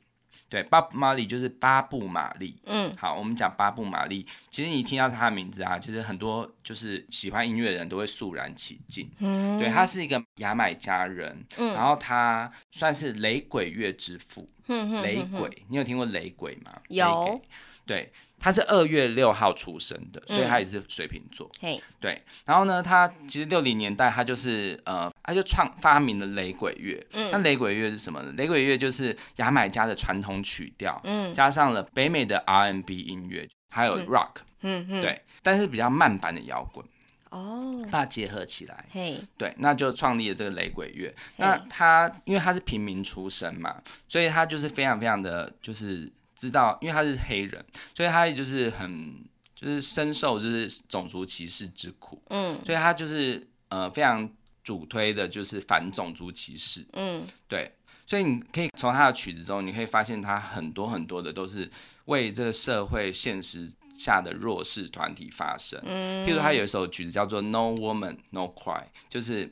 对，Bob Marley 就是巴布马利。
嗯
好，我们讲巴布马利，其实你听到他的名字啊，其实很多就是喜欢音乐的人都会肃然起敬。
嗯，
对，他是一个牙买加人，
嗯，
然后他算是雷鬼乐之父。
哼嗯哼
雷
哼哼
鬼，你有听过雷鬼吗？
有
雷鬼。对，他是二月六号出生的，所
嗯
以他也是水瓶座。
嘿，
对，然后呢，他其实六零年代他就是呃，他就创发明了雷鬼乐。那
嗯
雷鬼乐是什么呢？雷鬼乐就是牙买加的传统曲调，
嗯
加上了北美的 R&B 音乐，还有
嗯
rock，、
嗯嗯，，
对，但是比较慢版的摇滚，
哦，
把它结合起来，
嘿，
对，那就创立了这个雷鬼乐。
嘿
那他因为他是平民出身嘛，所以他就是非常非常的就是知道，因为他是黑人，所以他也就是很就是深受就是种族歧视之苦，
嗯
所以他就是呃非常主推的就是反种族歧视，
嗯
对。所以你可以从他的曲子中，你可以发现他很多很多的都是为这个社会现实下的弱势团体发声。
嗯，
譬如他有一首曲子叫做《No Woman No Cry》，就是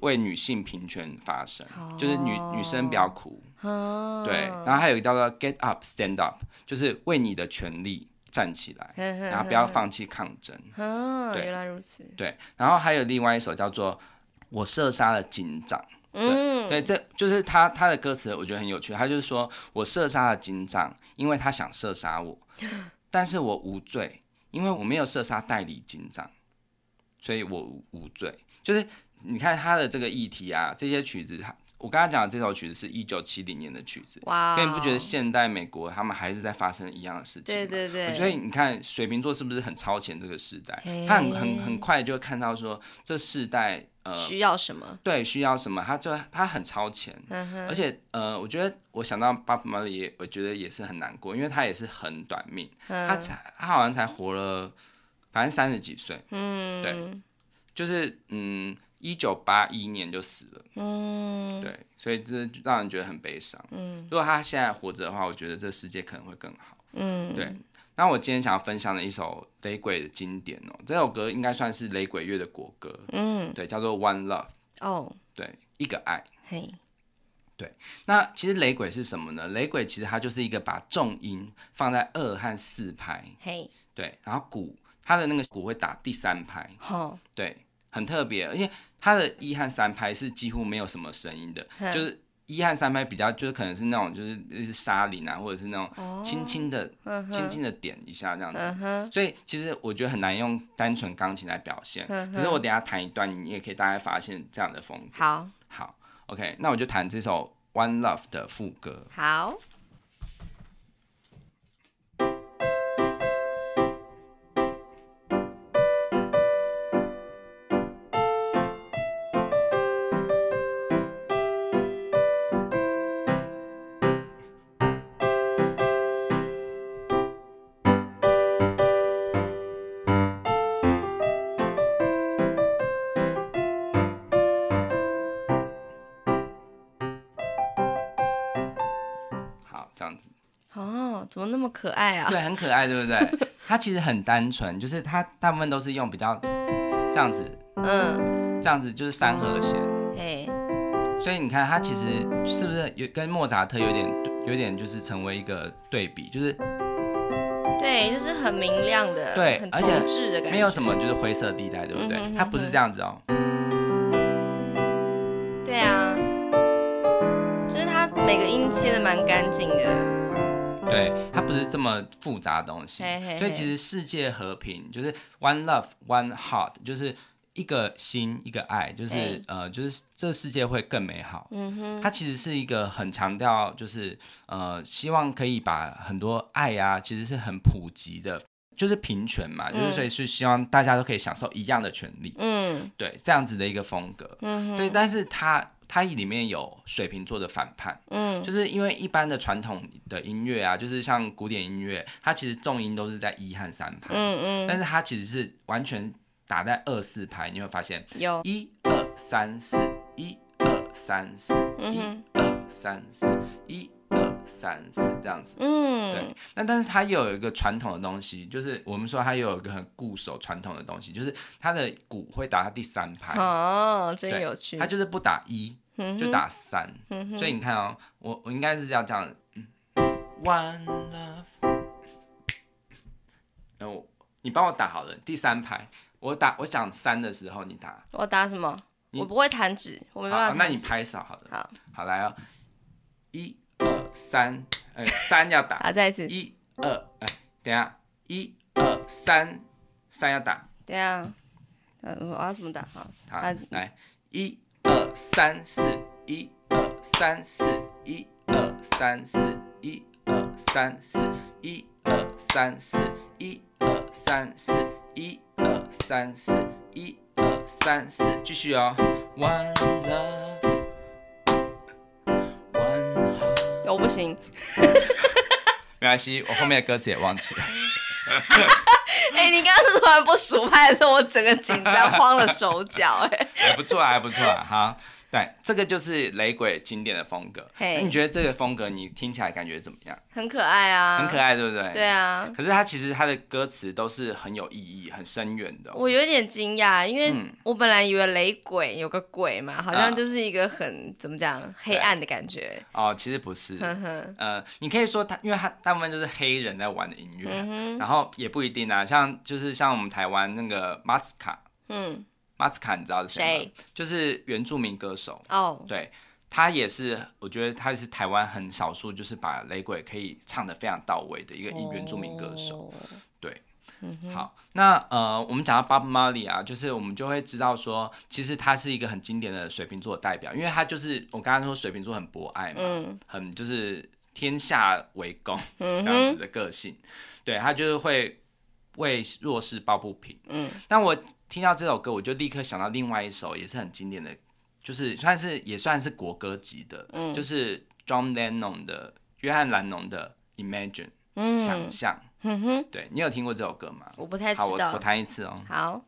为女性平权发声，就是女女生不要哭。
哦，
对，然后还有一个叫做《Get Up Stand Up》，就是为你的权利站起来，
哼哼
然后不要放弃抗争。
哼，哦，
对
原来如此，
对，然后还有另外一首叫做《我射杀了警长》。
嗯，
对，这就是他他的歌词，我觉得很有趣。他就是说我射杀了警长，因为他想射杀
[LAUGHS]
我，但是我无罪，因为我没有射杀代理警长，所以我无无罪。就是你看他的这个议题啊，这些曲子，他我刚刚讲的这首曲子是一九七零年的曲子，
哇，哦
可你不觉得现代美国他们还是在发生一样的事情
对
吗？
对对，
所以你看，水瓶座是不是很超前这个时代
嘿？
他很很很快就会看到说，这世代呃
需要什么？
对，需要什么，他就他很超前，
嗯哼，
而且呃，我觉得我想到爸爸妈妈也，我觉得也是很难过，因为他也是很短命，他
他
才他好像才活了，反正三十几岁，
嗯
对就是嗯，一九八一年就死了，
嗯
对，所以这让人觉得很悲伤。
嗯
如果他现在活着的话，我觉得这世界可能会更好。
嗯
对那我今天想要分享的一首雷鬼的经典哦，这首歌应该算是雷鬼乐的国歌，
嗯
对，叫做《One Love》，
哦
对，一个爱。
嘿
那其实雷鬼是什么呢？雷鬼其实它就是一个把重音放在二和四拍，
嘿
对，然后鼓它的那个鼓会打第三拍，
吼
对，很特别，而且它的一和三拍是几乎没有什么声音
[LAUGHS]
的，
嗯
就是一和三拍比较就是可能是那种就是类似沙林啊，或者是那种
哦
轻轻的、
嗯
轻
哼
轻的点一下这样子。
嗯哼
所以其实我觉得很难用单纯钢琴来表现，
嗯
可是我等一下弹一段，你也可以大概发现这样的风格。
好
好，OK，那我就弹这首《One Love》的副歌。
好
好，这样子，
哦，怎么那么可爱啊？
对，很可爱，对不
[LAUGHS]
对？它其实很单纯，就是它大部分都是用比较这样子，
嗯
这样子就是三和弦，
嘿
所以你看它其实是不是有跟莫扎特有点有点就是成为一个对比，就是
对，就是很明亮的，
对
很
而
童
且
稚的感觉，
没有什么就是灰色地带，对不对
嗯哼？哼
它不是这样子哦，
对啊，就是它每个音切的蛮干净的，
对，它不是这么复杂的东西
嘿嘿嘿，
所以其实世界和平就是 one love one heart，就是一个心一个爱，就是
对
呃，就是这世界会更美好。
嗯哼，
它其实是一个很强调，就是呃，希望可以把很多爱啊，其实是很普及的，就是平权嘛，就是所以是希望大家都可以享受一样的权利，
嗯
对这样子的一个风格。
嗯哼
对，但是它它里面有水瓶座的反叛，
嗯
就是因为一般的传统的音乐啊，就是像古典音乐，它其实重音都是在一和三拍，
嗯
但是它其实是完全打在二四拍，你会发现
嗯，有，
一二三四，一二三四，一
嗯
二三四，一二三四这样子。对
嗯，，
那但是它又有一个传统的东西，就是我们说它又有一个很固守传统的东西，就是它的鼓会打到第三拍，
哦，真
对
有趣，
它就是不打一，
嗯
就
哼，
打三。
嗯哼
所以你看哦，我我应该是要这样，嗯，One Love，然后你帮我打好了第三排，我打我讲三的时候你打，
我打什么？
你
我不会弹指，我没
好，
办
好
法
那
弹
你
指。
拍手好了，
好，
好来哦，一二三，呃， [LAUGHS] 三要打，
好，再一次，
一二，呃，等一下，一二三，三要打，
等一下，呃，我要怎么打？好，
好
啊，
来，一二三四，一二三四，一二三四，一二三四，一二三四，一二三四，一二三四，一二三四，继续哦。One love, one heart。
我不行。 [LAUGHS]
没关系，我后面的歌词也忘记了。
哎、你刚刚是突然
[LAUGHS]
不数拍的时候，我整个紧张慌了手脚、哎，
还不错啊，还不错啊，好，对，这个就是雷鬼经典的风格。
嘿
那你觉得这个风格你听起来感觉怎么样？
很可爱啊，
很可。爱，对不对？
对。啊，
可是它其实它的歌词都是很有意义、很深远的哦、
我有一点惊讶，因为
嗯
我本来以为雷鬼有个鬼嘛，好
啊
像就是一个很、怎么讲黑暗的感觉。
哦，其实不是。
哼哼，
呃，你可以说它，因为它大部分就是黑人在玩的音乐，
嗯哼，
然后也不一定啊。像就是像我们台湾那个马斯卡，
嗯，
马斯卡你知道是谁吗？
谁
就是原住民歌手，
哦，
对。他也是，我觉得他是台湾很少数，就是把雷鬼可以唱得非常到位的一个原住民歌手。
哦，
对
嗯哼，
好，那呃，我们讲到 Bob Marley 啊，就是我们就会知道说，其实他是一个很经典的水瓶座的代表，因为他就是我刚刚说水瓶座很博爱嘛，
嗯
很就是天下为公 [LAUGHS] 这
嗯
样子
哼，
的个性，对他就是会为弱势抱不平。
嗯，
但我听到这首歌，我就立刻想到另外一首也是很经典的，就是算是也算是国歌级的，
嗯
就是 John Lennon 的约翰兰农的 Imagine、想
嗯，
象，
嗯哼，
对你有听过这首歌吗？
我不太知
好，我我
道。
弹一次哦。
好，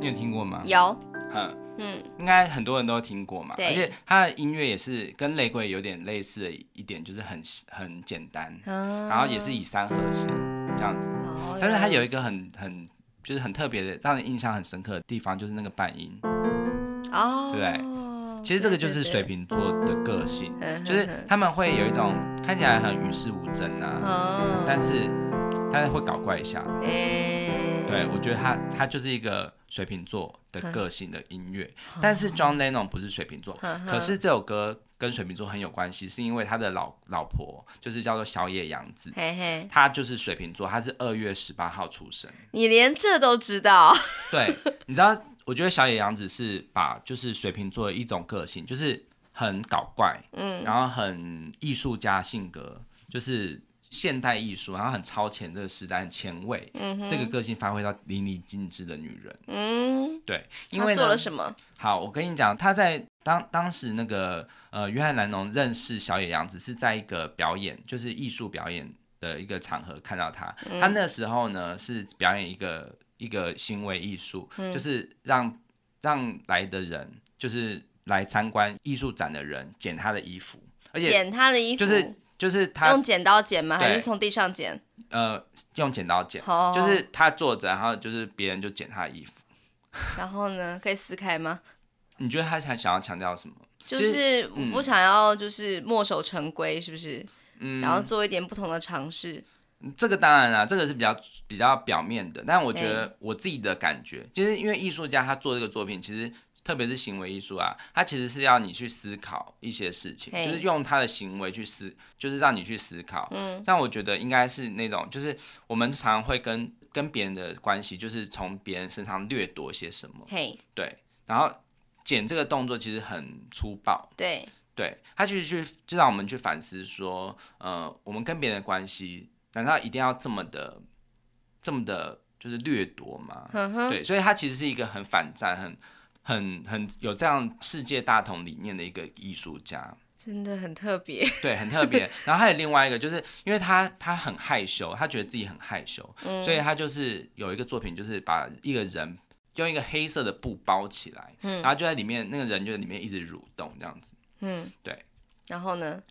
你有听过吗？
有，
嗯，
嗯
应该很多人都听过嘛。
对
而且他的音乐也是跟雷鬼有点类似的一点，就是很很简单，
啊，
然后也是以三和弦这样子。
哦，
但是它有一
个
个很很就是很特别的，让人印象很深刻的地方，就是那个半音。
哦，
对不其实这个就是水瓶座的个性，
瓶
就是他们会有一种看起来很与世无争啊，
嗯，
但是但是会搞怪一下。
诶，
对，我觉得他他就是一个水瓶座的
嗯
个性的音乐，但是 John Lennon 不是水瓶座，
呵呵
可是这首歌跟水瓶座很有关系，是因为他的老老婆就是叫做小野洋子，
嘿嘿，
她就是水瓶座，她是二月十八号出生。
你连这都知
[LAUGHS]
道，
对，你知道，我觉得小野洋子是把就是水瓶座的一种个性，就是很搞怪，
嗯
然后很艺术家性格，就是现代艺术，然后很超前这个时代，很前卫。
嗯哼，
这个个性发挥到淋漓尽致的女人，
嗯，
对，因
他
为呢
做了什么？
好，我跟你讲，他在当当时那个呃，约翰·兰农认识小野洋子是在一个表演，就是艺术表演的一个场合看到他。
嗯
他那时候呢是表演一个一个行为艺术，
嗯
就是让让来的人，就是来参观艺术展的人剪他的衣服，而且
剪他的衣服，
就是就是他
用剪刀剪吗？还
对
是从地上剪？
呃用剪刀剪，
哦，
就是他坐着，然后就是别人就剪他的衣服。
然后呢，可以撕开吗？
你觉得他想想要强调什么？
就
就是
是我不想要，就是墨守成规，是不是？
嗯，
然后做一点不同的尝试。
这个当然啦，这个是比较比较表面的，但我觉得我自己的感觉，就是因为艺术家他做这个作品，其实特别是行为艺术啊，他其实是要你去思考一些事情，
嘿
就是用他的行为去思，就是让你去思考。嗯，但我觉得应该是那种，就是我们常常会跟跟别人的关系，就是从别人身上掠夺些什么，
嘿，
对，然后剪这个动作其实很粗暴，
对，
对他其实去就让我们去反思说，呃，我们跟别人的关系难道一定要这么的、这么的，就是掠夺吗？
嗯哼哼，
对，所以他其实是一个很反战、很、很、很有这样世界大同理念的一个艺术家，
真的很特别。
对，很特别。然后还有另外一个，就是因为他他很害羞，他觉得自己很害羞，所以他就是有一个作品，就是把一个人用一个黑色的布包起来，然后就在里面，那个人就在里面一直蠕动这样子。
嗯，
对。
然后呢？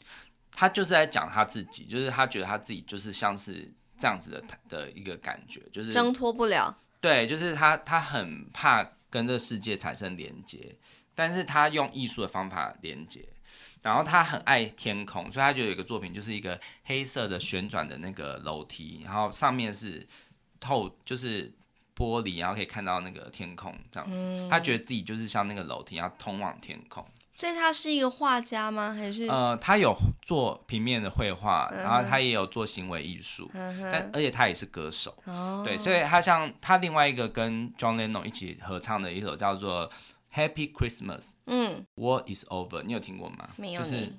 他就是在讲他自己，就是他觉得他自己就是像是这样子的的一个感觉，就是
挣脱不了。
对，就是他他很怕跟这个世界产生连接，但是他用艺术的方法连接，然后他很爱天空，所以他就有一个作品，就是一个黑色的旋转的那个楼梯，然后上面是透就是玻璃，然后可以看到那个天空这样子，他觉得自己就是像那个楼梯，然后通往天空。
所以他是一个画家吗？还是？
呃，他有做平面的绘画，
嗯哼
然后他也有做行为艺术，
嗯
但
哼。
而且他也是歌手，
哦，
对，所以他像他另外一个跟 John Lennon 一起合唱的一首叫做《Happy Christmas
嗯，
War Is Over》，你有听过吗？
没有
就是
你。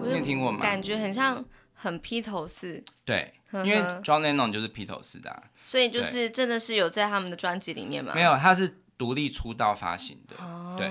我
你有听过吗？
感嗯觉很像很披头士，
对，
呵
因为
呵
John Lennon 就是披头士的啊、
所以就是真的是有在他们的专辑里面吗？
没有，他是独立出道发行的。
哦，
对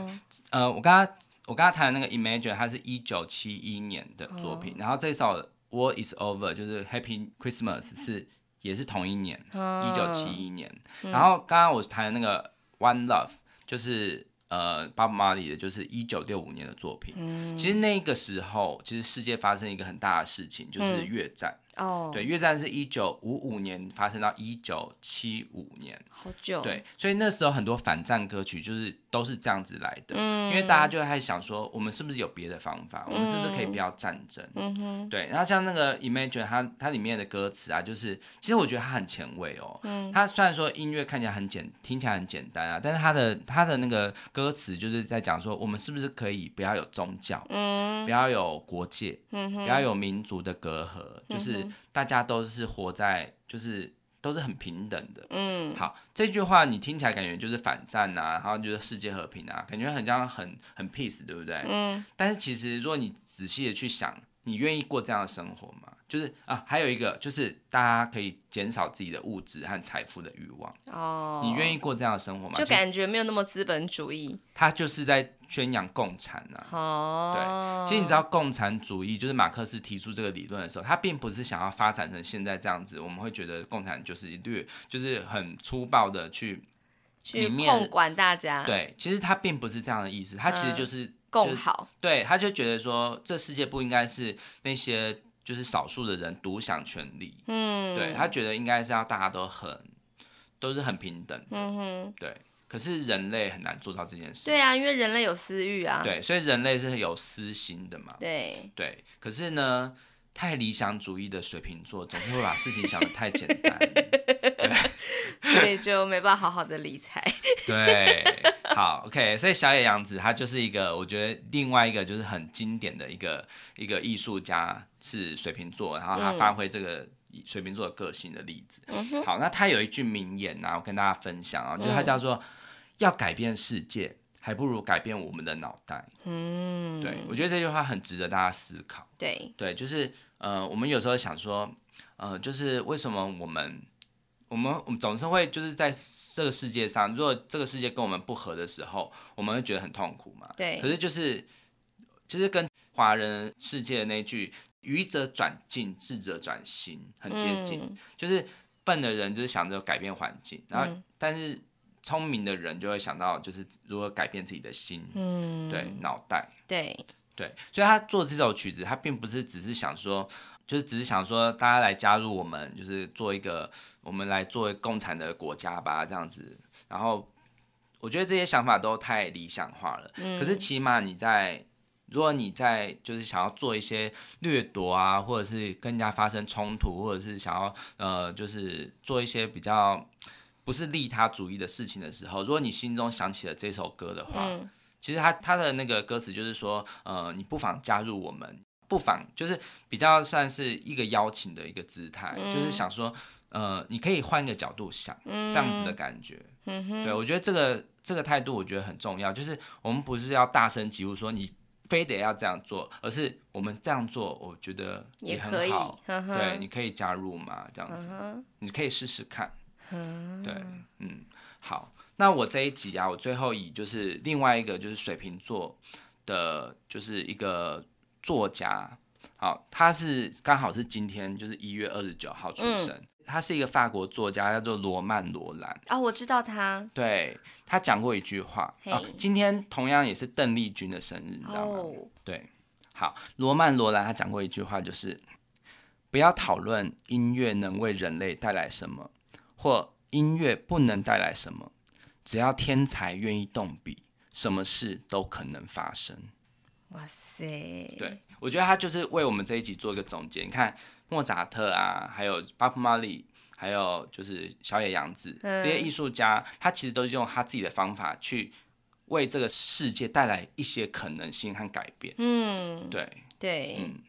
呃，我刚刚我刚刚谈的那个 Imagine，它是一九七一年的作
哦
品，然后这首 War Is Over 就是 Happy Christmas 是也是同一年，
啊
一九七
嗯
一年。然后刚刚我谈的那个 One Love 就是。呃，巴布马里的就是一九六五年的作
嗯
品。其实那个时候，其实世界发生一个很大的事情，就是
嗯
越战。
哦，
对，越战是一九五五年发生到一九七五年。
好久，
对，所以那时候很多反战歌曲就是都是这样子来的，
嗯
因为大家就在想说，我们是不是有别的方法？我们是不是可以不要战争？
嗯哼，
对，然后像那个 Imagine，它它里面的歌词啊，就是其实我觉得它很前卫哦。嗯，它虽然说音乐看起来很简，听起来很简单啊，但是它的它的那个歌词就是在讲说，我们是不是可以不要有宗教，
嗯
不要有国界，
嗯
不
哼，
要有民族的隔阂，就是大家都是活在就是都是很平等的。
嗯，
好，这句话你听起来感觉就是反战呐、然后就是世界和平啊，感觉很像很很 peace，对不对？
嗯。
但是其实如果你仔细的去想，你愿意过这样的生活吗？就是啊，还有一个就是大家可以减少自己的物质和财富的欲望，
哦，
你愿意过这样的生活吗？
就
其实
感觉没有那么资本主义
他就是在宣扬共产啊。
哦。
其实你知道，共产主义就是马克思提出这个理论的时候，他并不是想要发展成现在这样子。我们会觉得共产就是略，就是很粗暴的去
去
里面
控管大家，，
对，其实他并不是这样的意思，他其实就是、
嗯共好，
对，他就觉得说这世界不应该是那些就是少数的人独享权利，
嗯，
对他觉得应该是要大家都很都是很平等，
嗯哼，
对。可是人类很难做到这件事，
对啊，因为人类有私欲啊，
对，所以人类是有私心的嘛，
对，
对。可是呢，太理想主义的水瓶座总是会把事情想得太简单，
所以就没办法好好的理财。
对。好，好，OK，所以小野洋子她就是一个，我觉得另外一个就是很经典的一个一个艺术家是水瓶座，然后她发挥这个水瓶座的个性的例子。
嗯哼，嗯
好，那她有一句名言啊，我跟大家分享啊，就是她叫做、要改变世界，还不如改变我们的脑袋。
[LAUGHS] 嗯，
对、我觉得这句话很值得大家思考。
对，
对，就是呃，我们有时候想说，呃，就是为什么我们我们我们总是会就是在这个世界上，如果这个世界跟我们不合的时候，我们会觉得很痛苦嘛。
对
可是就是就是跟华人世界的那句“愚者转进，智者转心”很接近，
嗯
就是笨的人就是想着改变环境，然后、
嗯
但是聪明的人就会想到就是如何改变自己的心，
嗯，
对脑袋。
对，
对，所以他做这首曲子，他并不是只是想说，就是只是想说大家来加入我们，就是做一个我们来做共产的国家吧，这样子。然后我觉得这些想法都太理想化了，
嗯
可是起码你在。如果你在就是想要做一些掠夺啊，或者是跟人家发生冲突，或者是想要呃，就是做一些比较不是利他主义的事情的时候，如果你心中想起了这首歌的话，
嗯
其实他他的那个歌词就是说，呃，你不妨加入我们，不妨就是比较算是一个邀请的一个姿态，
嗯
就是想说，呃，你可以换一个角度想，
嗯，
这样子的，感觉。
嗯哼，
对我觉得这个这个态度我觉得很重要，就是我们不是要大声疾呼说你非得要这样做，而是我们这样做，我觉得
也
很
可以，
好。
呵呵，
对，你可以加入嘛，这样
嗯
子，
哼，
你可以试试看。
嗯
对，嗯，好，那我这一集啊，我最后以就是另外一个就是水瓶座的，就是一个作家，好，他是刚好是今天就是一月二十九号出
嗯
生，他是一个法国作家，叫做罗曼·罗兰。
啊，我知道他，
对他讲过一句话啊、
嘿
今天同样也是邓丽君的生日，你知道吗
哦，
对，好，罗曼·罗兰他讲过一句话，就是不要讨论音乐能为人类带来什么，或音乐不能带来什么，只要天才愿意动笔，什么事都可能发生。
哇塞，对
对，我觉得他就是为我们这一集做一个总结。你看莫扎特啊，还有巴布马利，还有就是小野洋子
嗯
这些艺术家，他其实都是用他自己的方法去为这个世界带来一些可能性和改变。
嗯，
对，
对，
嗯，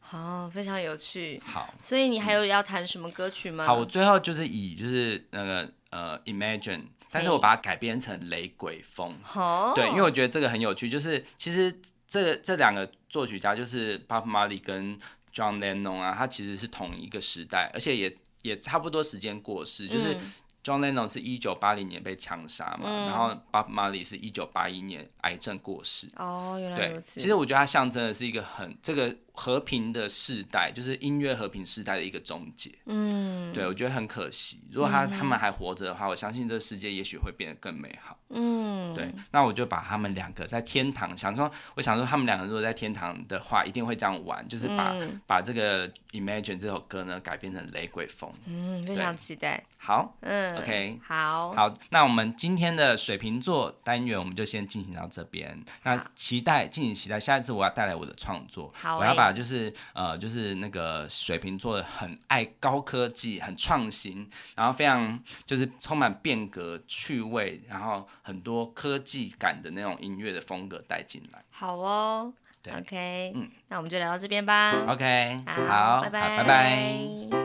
好，非常有趣。
好。
所以你还有要弹什么歌曲吗？
好，我最后就是以就是那个呃 Imagine，但是
嘿哦
我把它改编成雷鬼风。
好，
对，因为我觉得这个很有趣，就是其实这这两个作曲家就是 Bob Marley 跟 John Lennon 啊，他其实是同一个时代，而且也也差不多时间过世，就是。
嗯
John Lennon 是一九八零年被枪杀嘛，
嗯
然后 Bob Marley 是一九八一年癌症过世。
哦，原来
对
如，此。
其实我觉得它象征的是一个很这个和平的世代，就是音乐和平世代的一个终结。
嗯，
对，我觉得很可惜。如果他、他们还活着的话，我相信这个世界也许会变得更美好。
嗯，
对，，那我就把他们两个在天堂，想说，我想说他们两个如果在天堂的话，一定会这样玩，就是把、
嗯
把这个 Imagine 这首歌呢改编成雷鬼风。
嗯，非常期待。
好，
嗯
OK
好，
好，那我们今天的水瓶座单元我们就先进行到这边。那期待，敬请期待下一次我要带来我的创作。
好
我要
欸
把就是呃，就是那个水瓶座很爱高科技、很创新，然后非常就是充满变革、趣味，然后很多科技感的那种音乐的风格带进来。
好哦。
对
OK，
嗯
那我们就聊到这边吧。
OK，
好，
好，好
拜拜，
拜拜。
拜